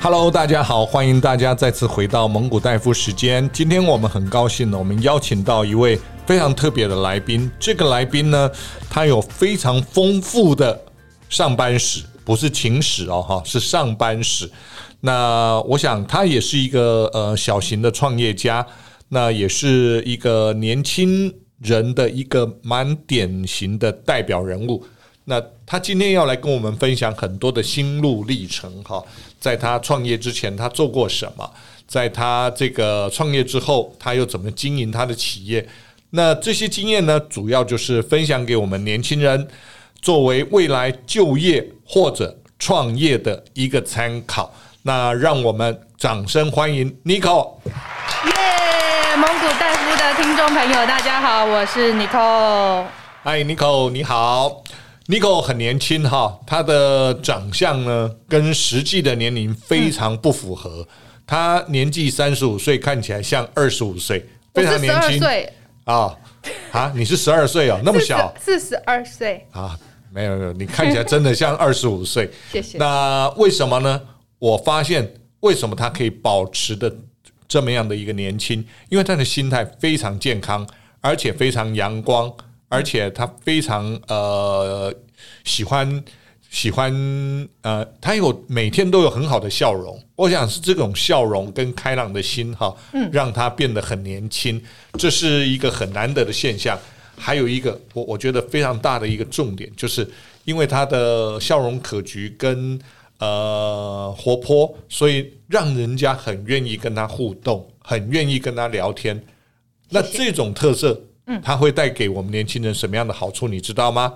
Hello，大家好，欢迎大家再次回到蒙古大夫时间。今天我们很高兴呢，我们邀请到一位非常特别的来宾。这个来宾呢，他有非常丰富的上班史，不是情史哦，哈，是上班史。那我想他也是一个呃小型的创业家，那也是一个年轻人的一个蛮典型的代表人物。那他今天要来跟我们分享很多的心路历程哈，在他创业之前他做过什么，在他这个创业之后他又怎么经营他的企业，那这些经验呢，主要就是分享给我们年轻人，作为未来就业或者创业的一个参考。那让我们掌声欢迎 Nico。耶！蒙古大夫的听众朋友，大家好，我是 Nicole。嗨，Nico，你好。Nico 很年轻哈，他的长相呢跟实际的年龄非常不符合。嗯他年纪三十五岁，看起来像二十五岁，我非常是十年二轻岁，啊啊！你是十二岁哦，那么小四十二岁，啊？没有没有，你看起来真的像二十五岁。 谢谢。那为什么呢？我发现为什么他可以保持的这么样的一个年轻，因为他的心态非常健康，而且非常阳光，而且他非常呃喜欢喜欢呃，他有每天都有很好的笑容。我想是这种笑容跟开朗的心哈，嗯让他变得很年轻，这是一个很难得的现象。还有一个，我我觉得非常大的一个重点，就是因为他的笑容可掬跟呃活泼，所以让人家很愿意跟他互动，很愿意跟他聊天。那谢这种特色，嗯，它会带给我们年轻人什么样的好处，你知道吗？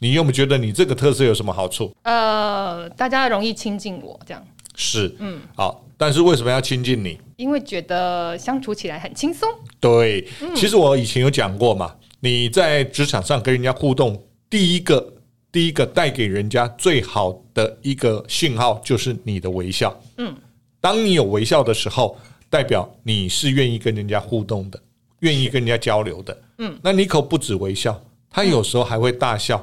你有没有觉得你这个特色有什么好处？呃，大家容易亲近我这样，是，嗯，好，但是为什么要亲近你？因为觉得相处起来很轻松。对，其实我以前有讲过嘛，你在职场上跟人家互动，第一个第一个带给人家最好的一个信号就是你的微笑。嗯，当你有微笑的时候，代表你是愿意跟人家互动的，愿意跟人家交流的。嗯，那妮可不止微笑，他有时候还会大笑。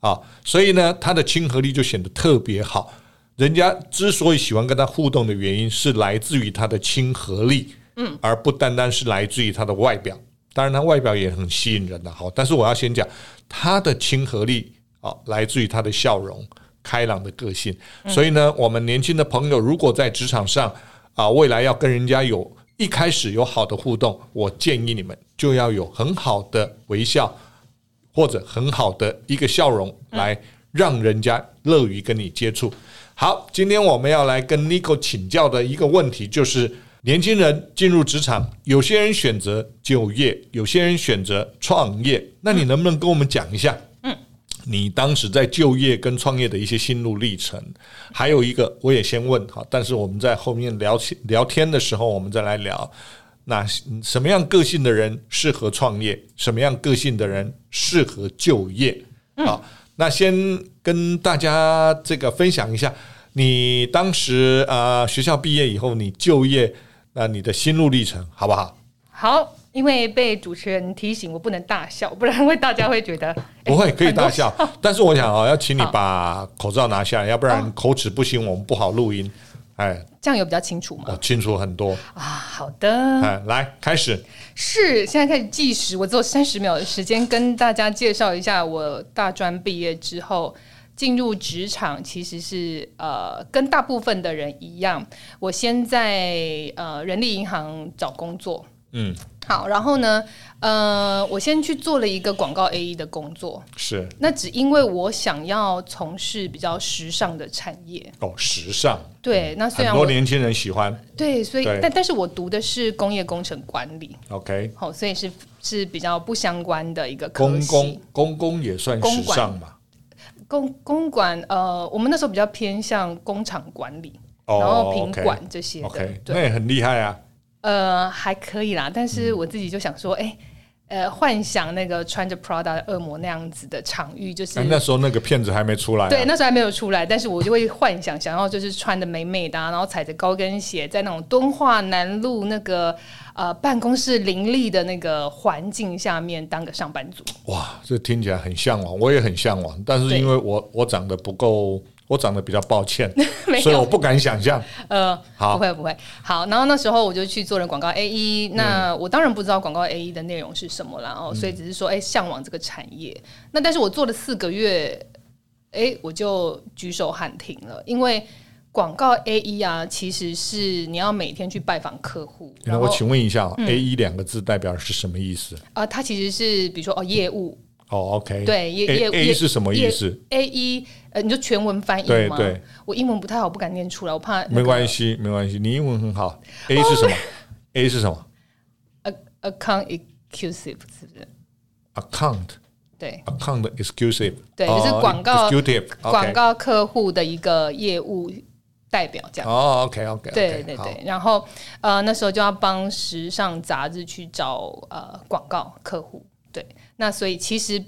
啊，所以呢，他的亲和力就显得特别好。人家之所以喜欢跟他互动的原因，是来自于他的亲和力，嗯，而不单单是来自于他的外表。当然，他外表也很吸引人的、好，但是我要先讲他的亲和力啊，来自于他的笑容、开朗的个性。所以呢，我们年轻的朋友如果在职场上啊，未来要跟人家有一开始有好的互动，我建议你们就要有很好的微笑，或者很好的一个笑容，来让人家乐于跟你接触。好，今天我们要来跟 Nico 请教的一个问题就是，年轻人进入职场，有些人选择就业，有些人选择创业，那你能不能跟我们讲一下？嗯，你当时在就业跟创业的一些心路历程，还有一个我也先问哈，但是我们在后面聊起聊天的时候，我们再来聊。那什么样个性的人适合创业？什么样个性的人适合就业？好，那先跟大家这个分享一下，你当时啊、呃学校毕业以后你就业，那你的心路历程好不好？好，因为被主持人提醒，我不能大笑，不然会大家会觉得 哎不会，可以大笑，但是我想啊、哦，要请你把口罩拿下来，要不然口齿不清，我们不好录音。哎，这样有比较清楚吗？我清楚很多。啊，好的，哎，来开始。是现在开始计时，我只有三十秒的时间跟大家介绍一下，我大专毕业之后进入职场，其实是呃跟大部分的人一样，我先在呃人力银行找工作，嗯，好，然后呢，呃，我先去做了一个广告 A E 的工作，是那只因为我想要从事比较时尚的产业，哦，时尚，对，那虽嗯很然多我年轻人喜欢。对，所以对但但是我读的是工业工程管理。 OK，好、所以是是比较不相关的一个科公系公公公也算时公馆尚嘛。公公管呃，我们那时候比较偏向工厂管理，哦然后品 OK 管这些的 OK，那对，也很厉害啊。呃，还可以啦。但嗯是我自己就想说，哎、呃，幻想那个穿着 Prada 的恶魔那样子的场域，就是、哎那时候那个片子还没出来、啊，对，那时候还没有出来，但是我就会幻想，想要就是穿的美美的、啊，然后踩着高跟鞋，在那种敦化南路那个呃办公室林立的那个环境下面当个上班族。哇，这听起来很向往，我也很向往，但是对因为我我长得不够我长得比较抱歉 没，所以有我不敢想象。呃，好不会不会，好。然后那时候我就去做了广告 A E，那嗯我当然不知道广告 A E 的内容是什么啦，哦，所以只是说，哎、向往这个产业。那但是我做了四个月，哎、我就举手喊停了，因为广告 A E 啊，其实是你要每天去拜访客户，然那后嗯我请问一下、a 一两个字代表是什么意思？啊、它其实是比如说哦，业务哦，OK，对业业 A 业 A E 是什么意思？ A E，呃，你就全文翻译对吗？对，我英文不太好，不敢念出来，我怕、没关系。系，没关系，你英文很好。A 哦是什么？A 是什么呃 Account exclusive 是不是？ ？Account 对。 account exclusive，对就是广 e x 告 e c u t i v e 广。告客户的一个业务代表这样。哦，OK OK，对对对，然后呃那时候就要帮时尚杂志去找呃广告客户，对，那所以其实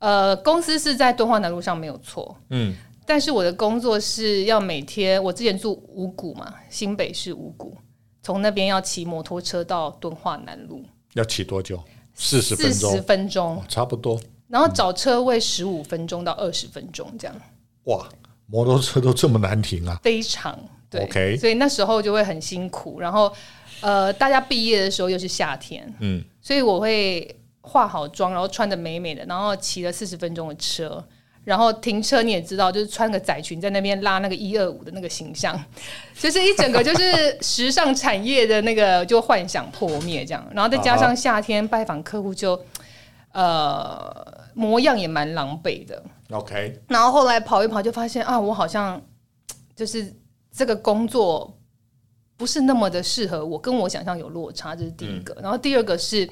呃公司是在敦化南路上没有错，嗯，但是我的工作是要每天，我之前住五股嘛，新北市五股，从那边要骑摩托车到敦化南路，要骑多久？四十分四十钟，分钟，哦差不多。然后找车位十五分钟到二十分钟这样。哇，摩托车都这么难停啊！非常对 OK 所以那时候就会很辛苦。然后呃，大家毕业的时候又是夏天，嗯，所以我会化好妆，然后穿的美美的，然后骑了四十分钟的车。然后停车你也知道，就是穿个窄裙在那边拉那个一二五的那个形象，就是一整个就是时尚产业的那个就幻想破灭这样。然后再加上夏天拜访客户就，呃，模样也蛮狼狈的。 OK，然后后来跑一跑就发现啊，我好像就是这个工作不是那么的适合我，跟我想象有落差，这是第一个。然后第二个是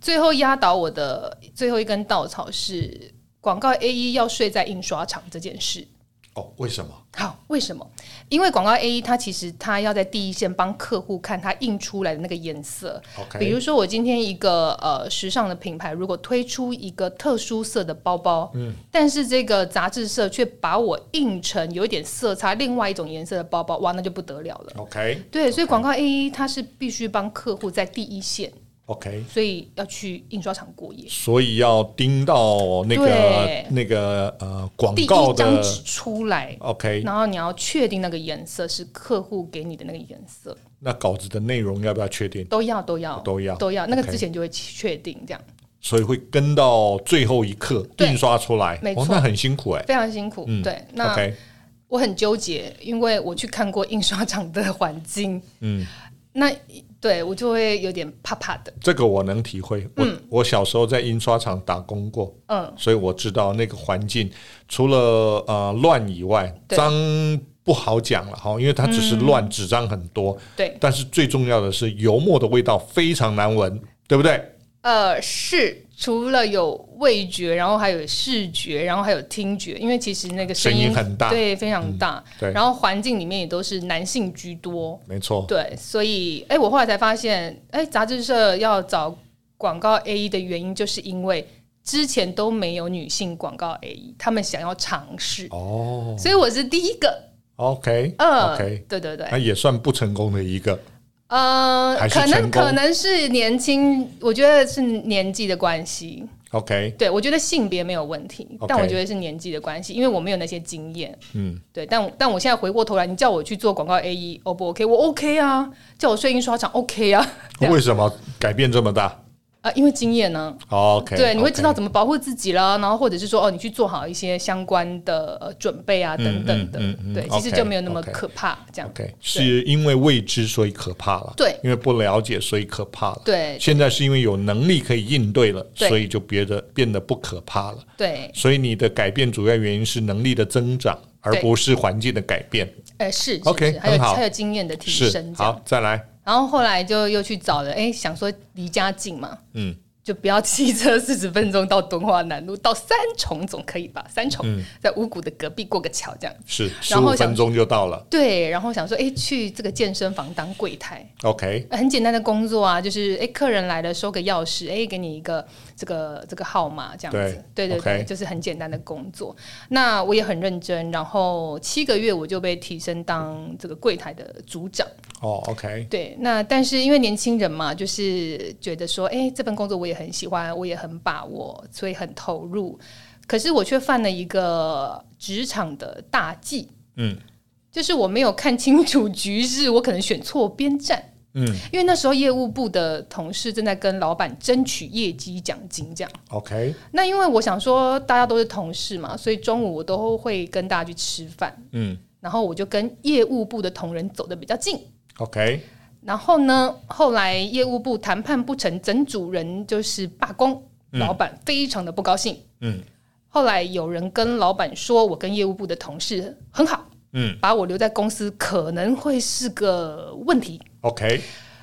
最后压倒我的最后一根稻草是广告 A 一要睡在印刷厂这件事。哦，为什么？好，为什么？因为广告 A 一它其实它要在第一线帮客户看它印出来的那个颜色， OK 比如说我今天一个呃时尚的品牌，如果推出一个特殊色的包包，嗯，但是这个杂志社却把我印成有一点色差，另外一种颜色的包包，哇，那就不得了了。 OK 对，所以广告 A 一它是必须帮客户在第一线， OK，所以要去印刷厂过夜。所以要盯到那个对那个呃广第一告的张纸出来， OK，然后你要确定那个颜色是客户给你的那个颜色。那稿子的内容要不要确定？都要都要都要都要，那个 OK 之前就会确定这样，所以会跟到最后一刻对印刷出来，没哦错，那很辛苦哎、非常辛苦。嗯，对，那 OK 我很纠结，因为我去看过印刷厂的环境，嗯， 那对我就会有点怕怕的，这个我能体会。我、我小时候在印刷厂打工过，嗯，所以我知道那个环境除了呃乱以外，对脏不好讲了哈，因为它只是乱，纸张很多，对，但是最重要的是油墨的味道非常难闻，对不对？呃，是除了有味觉，然后还有视觉，然后还有听觉，因为其实那个声音很大嗯对，非常大，对哦然后环境里面也都是男性居多，没错，对，所以哎、我后来才发现，哎、杂志社要找广告 A E 的原因，就是因为之前都没有女性广告 A E，他们想要尝试，哦所以我是第一个。 ，OK 呃 OK，对对对那，也算不成功的一个。呃还，是可能成功可能是年轻，我觉得是年纪的关系。 OK，对，我觉得性别没有问题 OK 但我觉得是年纪的关系，因为我没有那些经验。嗯，对，但我但我现在回过头来，你叫我去做广告 A E，O、不 OK？我 OK 啊，叫我睡印刷厂 OK 啊，对啊为什么改变这么大 啊，因为经验呢、 ？OK，对，你会 OK 知道怎么保护自己啦，然后或者是说，哦，你去做好一些相关的呃准备啊，等等的，嗯嗯嗯对， OK，其实就没有那么 OK 可怕，这样 OK，是因为未知所以可怕了，对因为不了解所以可怕了。对现在是因为有能力可以应对了，对所以就变得变得不可怕了。对，所以你的改变主要原因是能力的增长，而对不是环境的改变。哎、是是 OK，是还有很好还有经验的提是升，这样，好，再来，然后后来就又去找了，哎、想说离家近嘛，嗯， 就不要骑车四十分钟到敦化南路，到三重总可以吧？三重、嗯在五股的隔壁过个桥这样，是十然五后想分钟就到了。对，然后想说，哎、去这个健身房当柜台， OK，很简单的工作啊，就是哎，客人来了收个钥匙，哎，给你一个这个这个号码这样子，对对对 OK 对，就是很简单的工作。那我也很认真，然后七个月我就被提升当这个柜台的组长。哦，OK，对，那但是因为年轻人嘛，就是觉得说，哎，这份工作我也很喜欢，我也很把握，所以很投入。可是我却犯了一个职场的大忌，嗯就是我没有看清楚局势，我可能选错边站。嗯因为那时候业务部的同事正在跟老板争取业绩奖金，这样。 ，OK，那因为我想说大家都是同事嘛，所以中午我都会跟大家去吃饭，嗯然后我就跟业务部的同仁走得比较近。 ，OK，然后呢，后来业务部谈判不成，整组人就是罢工，老板非常的不高兴。嗯后来有人跟老板说，我跟业务部的同事很好，嗯把我留在公司可能会是个问题。 ，OK，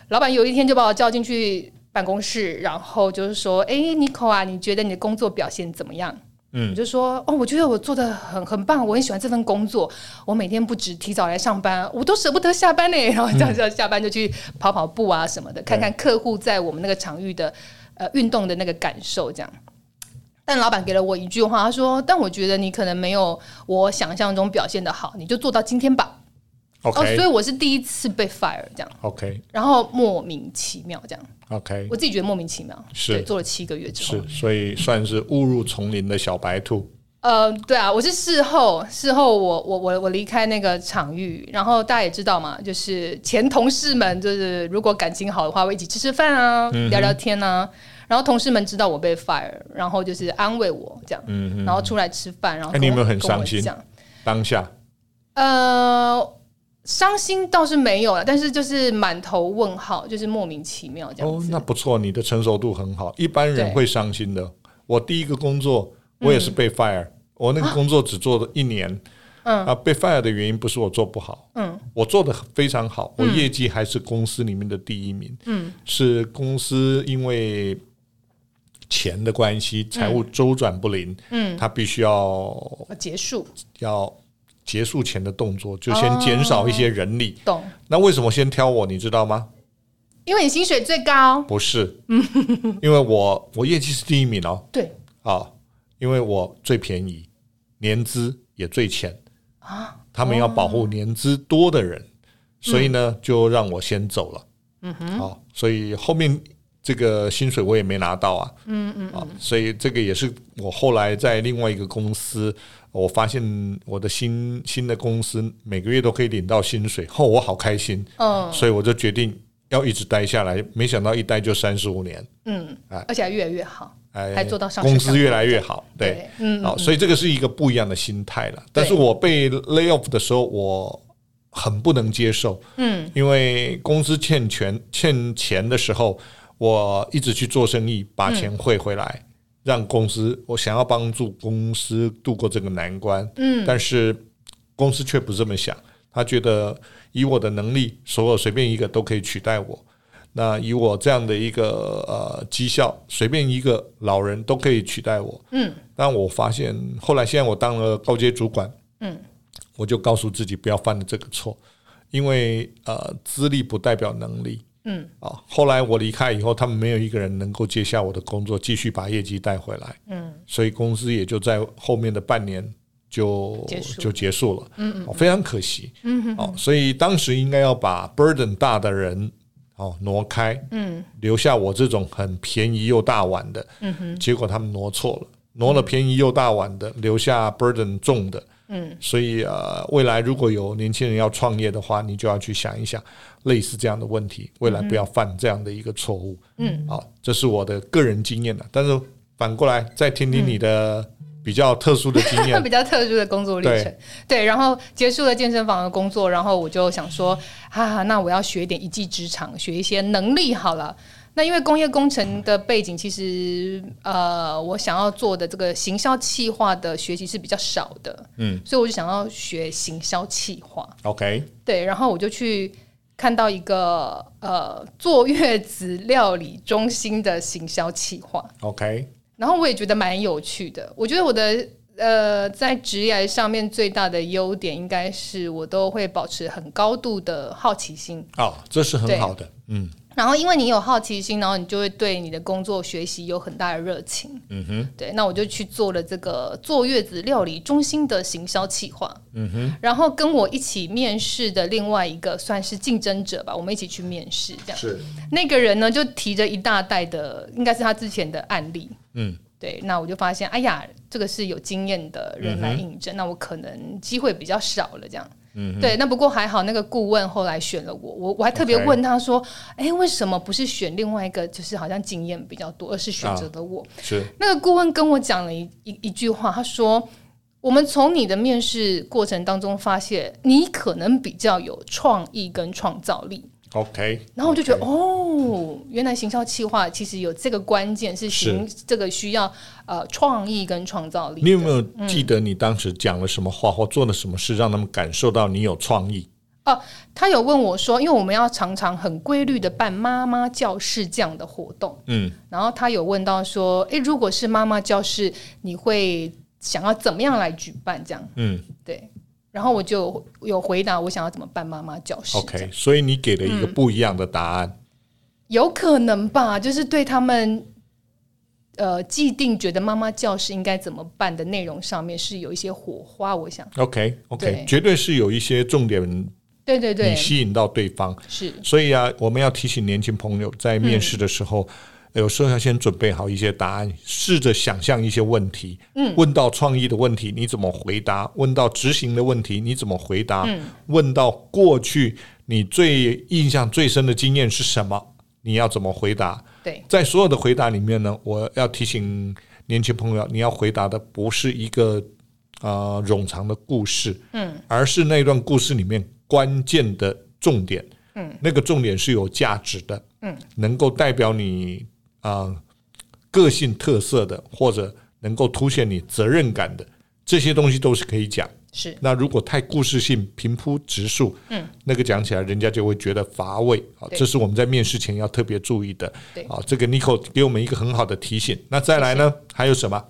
老板有一天就把我叫进去办公室，然后就是说：“哎，Nico 啊，你觉得你的工作表现怎么样？”嗯我就说：“哦，我觉得我做的很很棒，我很喜欢这份工作。我每天不止提早来上班，我都舍不得下班嘞。然后这样这样下班就去跑跑步啊什么的，看看客户在我们那个场域的呃运动的那个感受这样。”但老板给了我一句话，他说：“但我觉得你可能没有我想象中表现的好，你就做到今天吧。”哦，所以我是第一次被 fire 这样。 ，OK，OK，然后莫名其妙这样， OK，我自己觉得莫名其妙，是对，做了七个月之后，是，所以算是误入丛林的小白兔。呃，对啊，我是事后，事后我我我我离开那个场域，然后大家也知道嘛，就是前同事们，就是如果感情好的话，会一起吃吃饭啊，嗯聊聊天啊。然后同事们知道我被 fire，然后就是安慰我这样，然后出来吃饭，然嗯后哎跟我、你有没有很跟我伤心讲当下呃，伤心倒是没有了，但是就是满头问号，就是莫名其妙这样哦子。，那不错，你的成熟度很好，一般人对会伤心的。我第一个工作，我也是被 fire，、我那个工作只做了一年。嗯啊，被 fire 的原因不是我做不好，嗯，我做的非常好，我业绩还是公司里面的第一名，嗯，是公司因为钱的关系，财务周转不灵，嗯，他必须要结束，要结束前的动作，就哦先减少一些人力。懂。那为什么先挑我，你知道吗？因为你薪水最高。不是， 因为我我业绩是第一名哦，对，啊，因为我最便宜，年资也最浅啊，他们要保护年资多的人，所以呢，就让我先走了。嗯哼，好，所以后面这个薪水我也没拿到啊。嗯嗯啊，所以这个也是我后来在另外一个公司，我发现我的新新的公司每个月都可以领到薪水，后、我好开心。嗯所以我就决定要一直待下来，没想到一待就三十五年，嗯哎，而且还越来越好，哎，还做到上市公司上越来越好，对，对，嗯，好，所以这个是一个不一样的心态了。但是我被 lay off 的时候，我很不能接受，嗯，因为公司欠钱欠钱的时候，我一直去做生意，把钱汇回嗯来，让公司，我想要帮助公司度过这个难关，嗯，但是公司却不这么想，他觉得以我的能力，所有随便一个都可以取代我。那以我这样的一个呃绩效，随便一个老人都可以取代我。嗯，但我发现后来现在我当了高阶主管，嗯，我就告诉自己不要犯了这个错，因为呃资历不代表能力。嗯，啊，后来我离开以后，他们没有一个人能够接下我的工作，继续把业绩带回来。嗯，所以公司也就在后面的半年就结束就结束了。嗯哦，非常可惜。嗯哦，所以当时应该要把 burden 大的人哦挪开，嗯，留下我这种很便宜又大碗的。嗯哼，结果他们挪错了，挪了便宜又大碗的，留下 burden 重的。嗯，所以呃，未来如果有年轻人要创业的话，你就要去想一想类似这样的问题，未来不要犯这样的一个错误。嗯，好、这是我的个人经验了。但是反过来再听听你的比较特殊的经 验比。较特殊的工作历程，对，然后结束了健身房的工作，然后我就想说，啊，那我要学一点一技之长，学一些能力好了。那因为工业工程的背景，其实呃，我想要做的这个行销企划的学习是比较少的，嗯，所以我就想要学行销企划。 OK，对，然后我就去看到一个呃坐月子料理中心的行销企划， OK，然后我也觉得蛮有趣的。我觉得我的呃在职业上面最大的优点应该是我都会保持很高度的好奇心，哦，这是很好的。嗯然后因为你有好奇心，然后你就会对你的工作学习有很大的热情。嗯哼，对，那我就去做了这个坐月子料理中心的行销企划。嗯哼，然后跟我一起面试的另外一个算是竞争者吧，我们一起去面试，这样。是，那个人呢，就提着一大袋的，应该是他之前的案例。嗯对，那我就发现，哎呀，这个是有经验的人来印嗯证，那我可能机会比较少了这样。嗯，对，那不过还好，那个顾问后来选了我，我我还特别 OK 问他说，哎、为什么不是选另外一个，就是好像经验比较多，而是选择了我？是那个顾问跟我讲了一一一句话，他说：“我们从你的面试过程当中发现，你可能比较有创意跟创造力。 OK ”。然后我就觉得哦，原来行销企划其实有这个关键是行这个需要呃创意跟创造力的。你有没有记得你当时讲了什么话或做了什么事，让他们感受到你有创意？他有问我说，因为我们要常常很规律的办妈妈教室这样的活动，嗯，然后他有问到说，诶，如果是妈妈教室，你会想要怎么样来举办这样？嗯，对。然后我就有回答我想要怎么办妈妈教室这样 OK，所以你给了一个不一样的答案。有可能吧，就是对他们呃既定觉得妈妈教室应该怎么办的内容上面是有一些火花，我想， OK OK，嗯对绝对是有一些重点你对对对，吸引到对方，是所以啊，我们要提醒年轻朋友在面试的时候。嗯有时候要先准备好一些答案，试着想象一些问题。嗯，问到创意的问题，你怎么回答？问到执行的问题，你怎么回答？嗯问到过去你最印象最深的经验是什么？你要怎么回答？对，在所有的回答里面呢，我要提醒年轻朋友，你要回答的不是一个呃冗长的故事，嗯，而是那段故事里面关键的重点，嗯，那个重点是有价值的，嗯，能够代表你啊、呃个性特色的，或者能够凸显你责任感的，这些东西都是可以讲。是 那如果太故事性、平铺直述，嗯，那个讲起来人家就会觉得乏味啊。对这是我们在面试前要特别注意的。对啊，这个 n i c o 给我们一个很好的提醒。那再来呢？还有什么？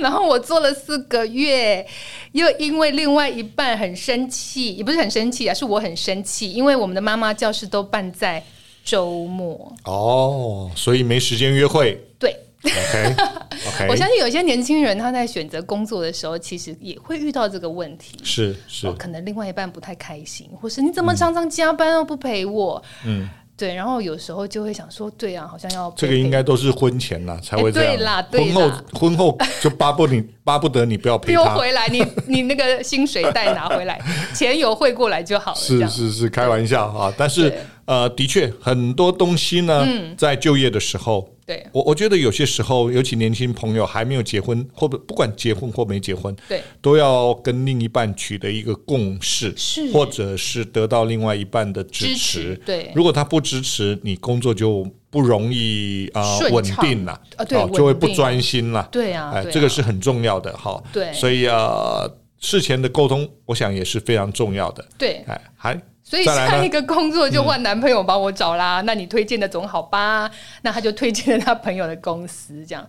然后我做了四个月，又因为另外一半很生气，也不是很生气啊，是我很生气，因为我们的妈妈教室都办在周末。哦，所以没时间约会。对 OK OK，我相信有些年轻人他在选择工作的时候，其实也会遇到这个问题。是是嗯哦，可能另外一半不太开心，或是你怎么常常加班哦、不陪我？嗯，对，然后有时候就会想说，对啊，好像要这个陪陪应该都是婚前啦才会这样。哎对啦对婚后啦婚后就巴不你 巴不得你不要陪丢他。回来，你你那个薪水袋拿回来，钱有汇过来就好了。这是样是是，开玩笑哈、但是对嗯呃，的确很多东西呢，在就业的时候对我我觉得有些时候，尤其年轻朋友还没有结婚，或不不管结婚或没结婚，对，都要跟另一半取得一个共识，是或者是得到另外一半的支支持对如果他不支持，你工作就不容易啊、呃顺稳畅定了啊对哦就会稳不定专心了。对啊，哎，对啊这个是很重要的哈。对所以啊，事前的沟通，我想也是非常重要的。对，哎，还所以再来下呢嗯一个工作就换男朋友帮我找啦。那你推荐的总好吧？那他就推荐了他朋友的公司，这样，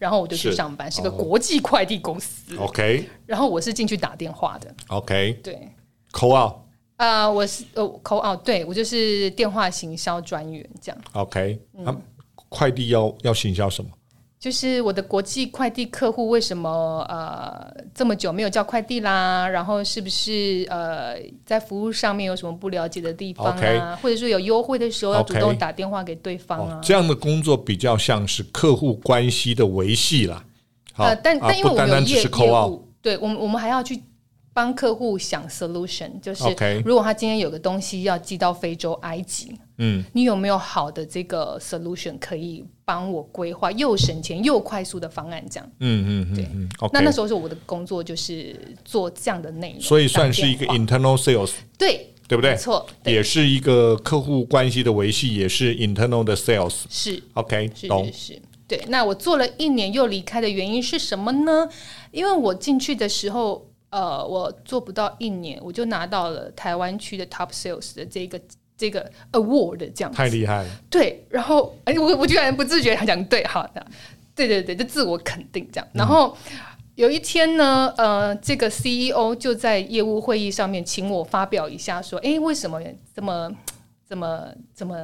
然后我就去是上班，是个哦国际快递公司。 OK 然后我是进去打电话的， OK 对。扣 out 呃，我是呃口哦，对我就是电话行销专员，这样 OK，啊，嗯快递要要行销什么？就是我的国际快递客户为什么呃这么久没有叫快递啦？然后是不是呃在服务上面有什么不了解的地方啊或者说有优惠的时候要主 OK 动打电话给对方啊哦，这样的工作比较像是客户关系的维系啦。好，呃，但啊但因为不我单们有单只业是扣业 out，务，对我们我们还要去帮客户想 solution，就是 OK 如果他今天有个东西要寄到非洲埃及，嗯，你有没有好的这个 solution 可以帮我规划又省钱又快速的方案？这样，嗯嗯对嗯嗯那那，OK，时候是我的工作就是做这样的内容，所以算是一个打电话 internal sales，对对不对没？错，对也是一个客户关系的维系，也是 internal 的 sales。是 OK，是懂是。是，对。那我做了一年又离开的原因是什么呢？因为我进去的时候，呃，我做不到一年，我就拿到了台湾区的 Top Sales 的这个这个 award 这样子。太厉害了，对，然后哎，我我居然不自觉还讲对，好的，对对对，就自我肯定这样。然后嗯有一天呢，呃，这个 CEO 就在业务会议上面请我发表一下，说，哎，为什么这么这么这么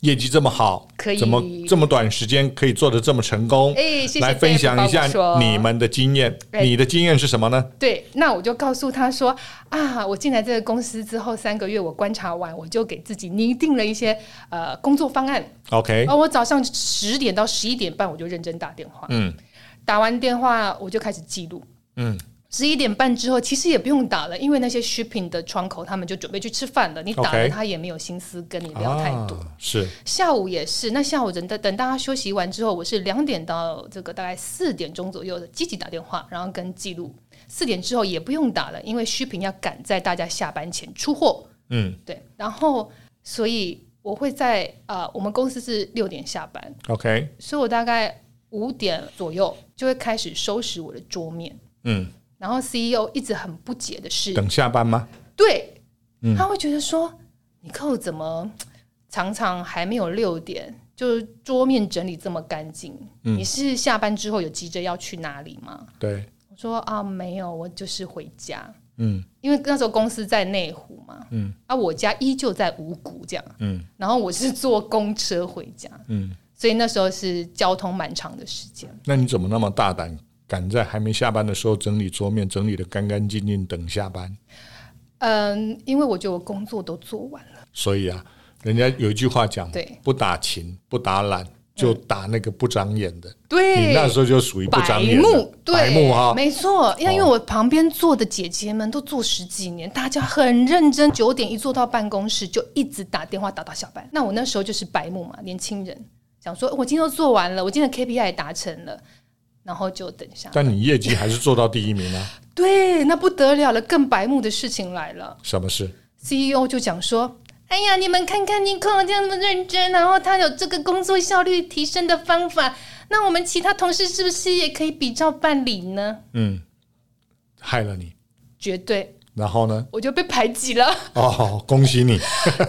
业绩这么好，可以怎么这么短时间可以做的这么成功？哎，谢谢来分享一 Dave 帮下我说你们的经验，哎你的经验是什么呢？对，那我就告诉他说啊，我进来这个公司之后三个月，我观察完，我就给自己拟定了一些呃工作方案。哦 OK，而我早上十点到十一点半我就认真打电话，嗯，打完电话我就开始记录。嗯，十一点半之后，其实也不用打了，因为那些 shipping 的窗口他们就准备去吃饭了。你打了 OK 他也没有心思跟你聊太多。啊是下午也是，那下午等等等大家休息完之后，我是两点到这个大概四点钟左右积极打电话，然后跟记录。四点之后也不用打了，因为虚品要赶在大家下班前出货。嗯对，然后所以我会在啊、呃我们公司是六点下班， ，OK，所以我大概五点左右就会开始收拾我的桌面。嗯，然后 CEO 一直很不解的是，等下班吗？对，嗯他会觉得说，你扣怎么常常还没有六点，就桌面整理这么干净？嗯你是下班之后有急着要去哪里吗？对，我说啊，没有，我就是回家，嗯因为那时候公司在内湖嘛，嗯啊，我家依旧在五股这样，嗯然后我是坐公车回家，嗯，所以那时候是交通蛮长的时间。那你怎么那么大胆，敢在还没下班的时候整理桌面，整理的干干净净，等下班？嗯，因为我觉得我工作都做完了，所以啊，人家有一句话讲，对，嗯不打勤，不打懒，就打那个不长眼的。对，你那时候就属于不白长眼目的，，对，白目哈。哦没错，因为因为我旁边坐的姐姐们都做十几年，大家很认真，九点一坐到办公室就一直打电话打到下班。那我那时候就是白目嘛，年轻人想说，哦我今天都做完了，我今天的 KPI 也达成了，然后就等一下。但你业绩还是做到第一名啊？对，那不得了了，更白目的事情来了。什么事？ CEO 就讲说：“哎呀，你们看看 n i c o 这样那么认真，然后他有这个工作效率提升的方法，那我们其他同事是不是也可以比照办理呢嗯，害了你。？”绝对，然后呢？我就被排 挤了。哦，恭喜你。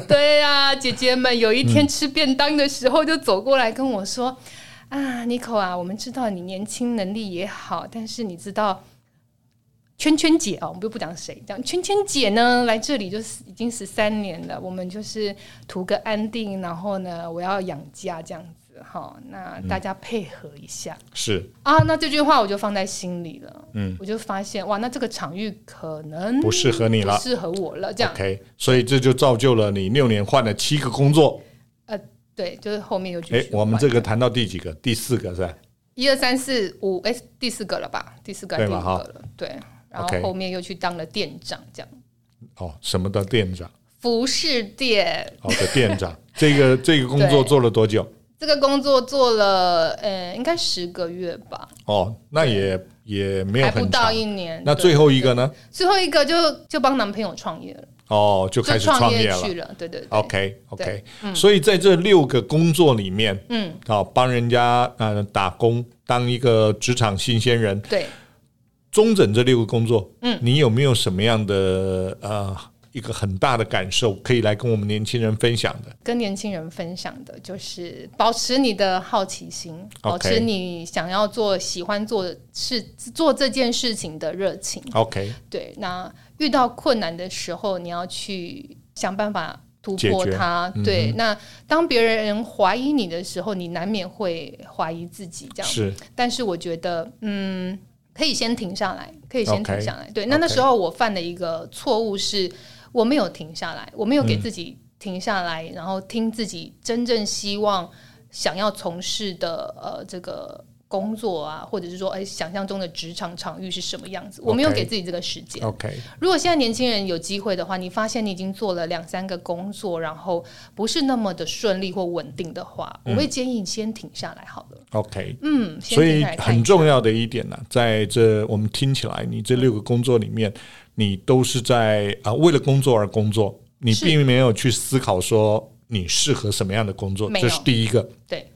对呀、姐姐们有一天吃便当的时候，就走过来跟我说：“啊 n i c o 啊，我们知道你年轻能力也好，但是你知道。”圈圈姐啊、我们就不讲谁，这样圈圈姐呢来这里就是已经十三年了，我们就是图个安定，然后呢，我要养家这样子哈，嗯那大家配合一下、是啊。那这句话我就放在心里了，嗯，我就发现哇，那这个场域可能不适合你了不适合我了，这样，OK，所以这就造就了你六年换了七个工作。呃，对，就是后面有句哎，我们这个谈到第几个？第四个是吧？一二三四五，哎，第四个了吧？第四个还是对第嘛五个了，对。然后 OK 后面又去当了店长，这样哦，什么的店长？服饰店哦的店长， 这个这个工作对做了多久？这个工作做了，呃，应该十个月吧，哦，那也也没有还不很到长。一年。那对最后一个呢？最后一个就就帮男朋友创业了，哦，就开就始创业业了去。了，对对对。嗯 OK OK，所以在这六个工作里面，嗯，啊，帮人家呃打工，当一个职场新鲜人，对，中整这六个工作，嗯，你有没有什么样的呃一个很大的感受可以来跟我们年轻人分享的？跟年轻人分享的就是保持你的好奇心，保 OK 持你想要做、喜欢做事、做这件事情的热情。 OK，对，那遇到困难的时候，你要去想办法突破解决嗯它。对，那当别人怀疑你的时候，你难免会怀疑自己这样。是但是我觉得，嗯，可以先停下来，可以先 OK，停下来。对，那 OK 那时候我犯的一个错误是，我没有停下来，我没有嗯给自己停下来，然后听自己真正希望想要从事的呃这个。工作啊，或者是说，哎、想象中的职场场域是什么样子？我没有 OK 给自己这个时间。 OK，如果现在年轻人有机会的话，你发现你已经做了两三个工作，然后不是那么的顺利或稳定的话，嗯我会建议你先停下来好了。 OK，嗯，先所停以下来看一很重要的一点呢、啊在这我们听起来，你这六个工作里面，你都是在啊、为了工作而工作，你是并没有去思考说你适合什么样的工作，没有这是第一个。对，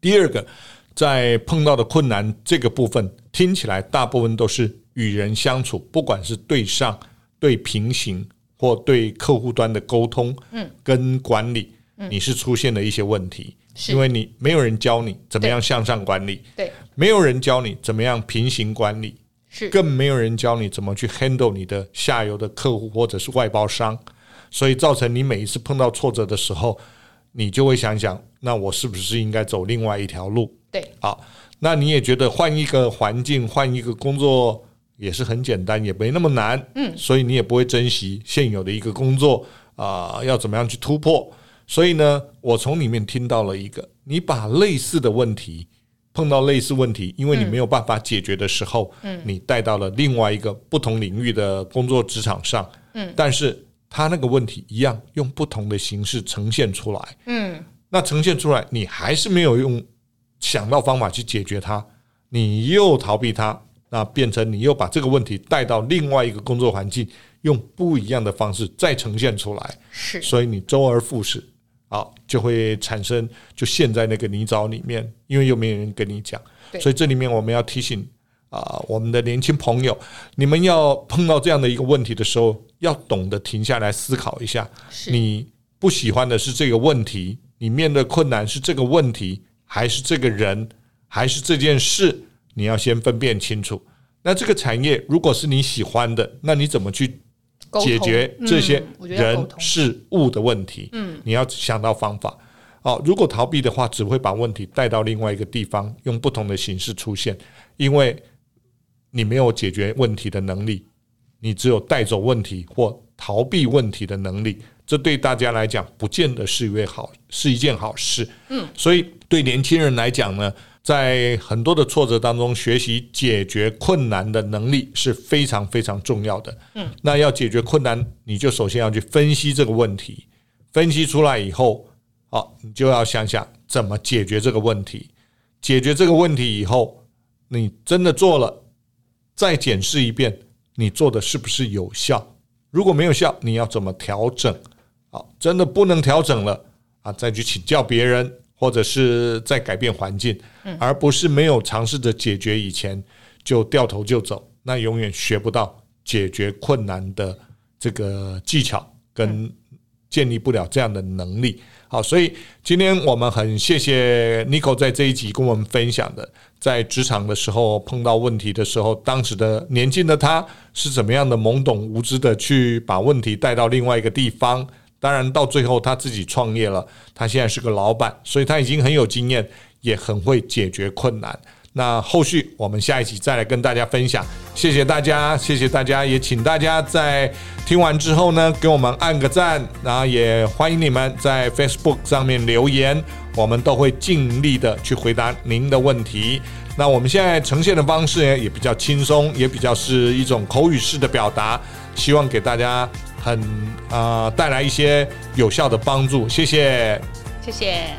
第二个，在碰到的困难这个部分，听起来大部分都是与人相处，不管是对上、对平行或对客户端的沟通，嗯，跟管理，你是出现了一些问题，嗯是因为你没有人教你怎么样向上管理，对，没有人教你怎么样平行管理，是更没有人教你怎么去 handle 你的下游的客户或者是外包商，所以造成你每一次碰到挫折的时候，你就会想想，那我是不是应该走另外一条路？对，啊，那你也觉得换一个环境、换一个工作也是很简单，也没那么难，嗯，所以你也不会珍惜现有的一个工作啊、要怎么样去突破？所以呢，我从里面听到了一个，你把类似的问题碰到类似问题，因为你没有办法解决的时候，嗯，你带到了另外一个不同领域的工作职场上，嗯，但是他那个问题一样用不同的形式呈现出来，嗯，那呈现出来，你还是没有用想到方法去解决它，你又逃避它，那变成你又把这个问题带到另外一个工作环境，用不一样的方式再呈现出来，是所以你周而复始，啊，就会产生就陷在那个泥沼里面，因为又没有人跟你讲，对所以这里面我们要提醒啊、我们的年轻朋友，你们要碰到这样的一个问题的时候，要懂得停下来思考一下，是你不喜欢的是这个问题，你面对困难是这个问题，还是这个人，还是这件事？你要先分辨清楚。那这个产业如果是你喜欢的，那你怎么去沟通解决这些嗯我觉得要沟人通事物的问题？嗯，你要想到方法。哦，如果逃避的话，只会把问题带到另外一个地方，用不同的形式出现，因为你没有解决问题的能力，你只有带走问题或逃避问题的能力，这对大家来讲不见得是一位好是一件好事。嗯，所以对年轻人来讲呢，在很多的挫折当中，学习解决困难的能力是非常非常重要的。嗯，那要解决困难，你就首先要去分析这个问题，分析出来以后，好，你就要想想怎么解决这个问题。解决这个问题以后，你真的做了，再检视一遍你做的是不是有效。如果没有效，你要怎么调整？好，真的不能调整了啊，再去请教别人，或者是再改变环境，而不是没有尝试着解决以前就掉头就走，那永远学不到解决困难的这个技巧跟建立不了这样的能力。好，所以今天我们很谢谢 Nico 在这一集跟我们分享的，在职场的时候碰到问题的时候，当时的年轻的他是怎么样的懵懂无知的去把问题带到另外一个地方。当然，到最后他自己创业了，他现在是个老板，所以他已经很有经验，也很会解决困难。那后续我们下一集再来跟大家分享，谢谢大家，谢谢大家，也请大家在听完之后呢，给我们按个赞，然后也欢迎你们在 Facebook 上面留言，我们都会尽力的去回答您的问题。那我们现在呈现的方式呢，也比较轻松，也比较是一种口语式的表达，希望给大家呃很啊带来一些有效的帮助，谢谢。谢谢。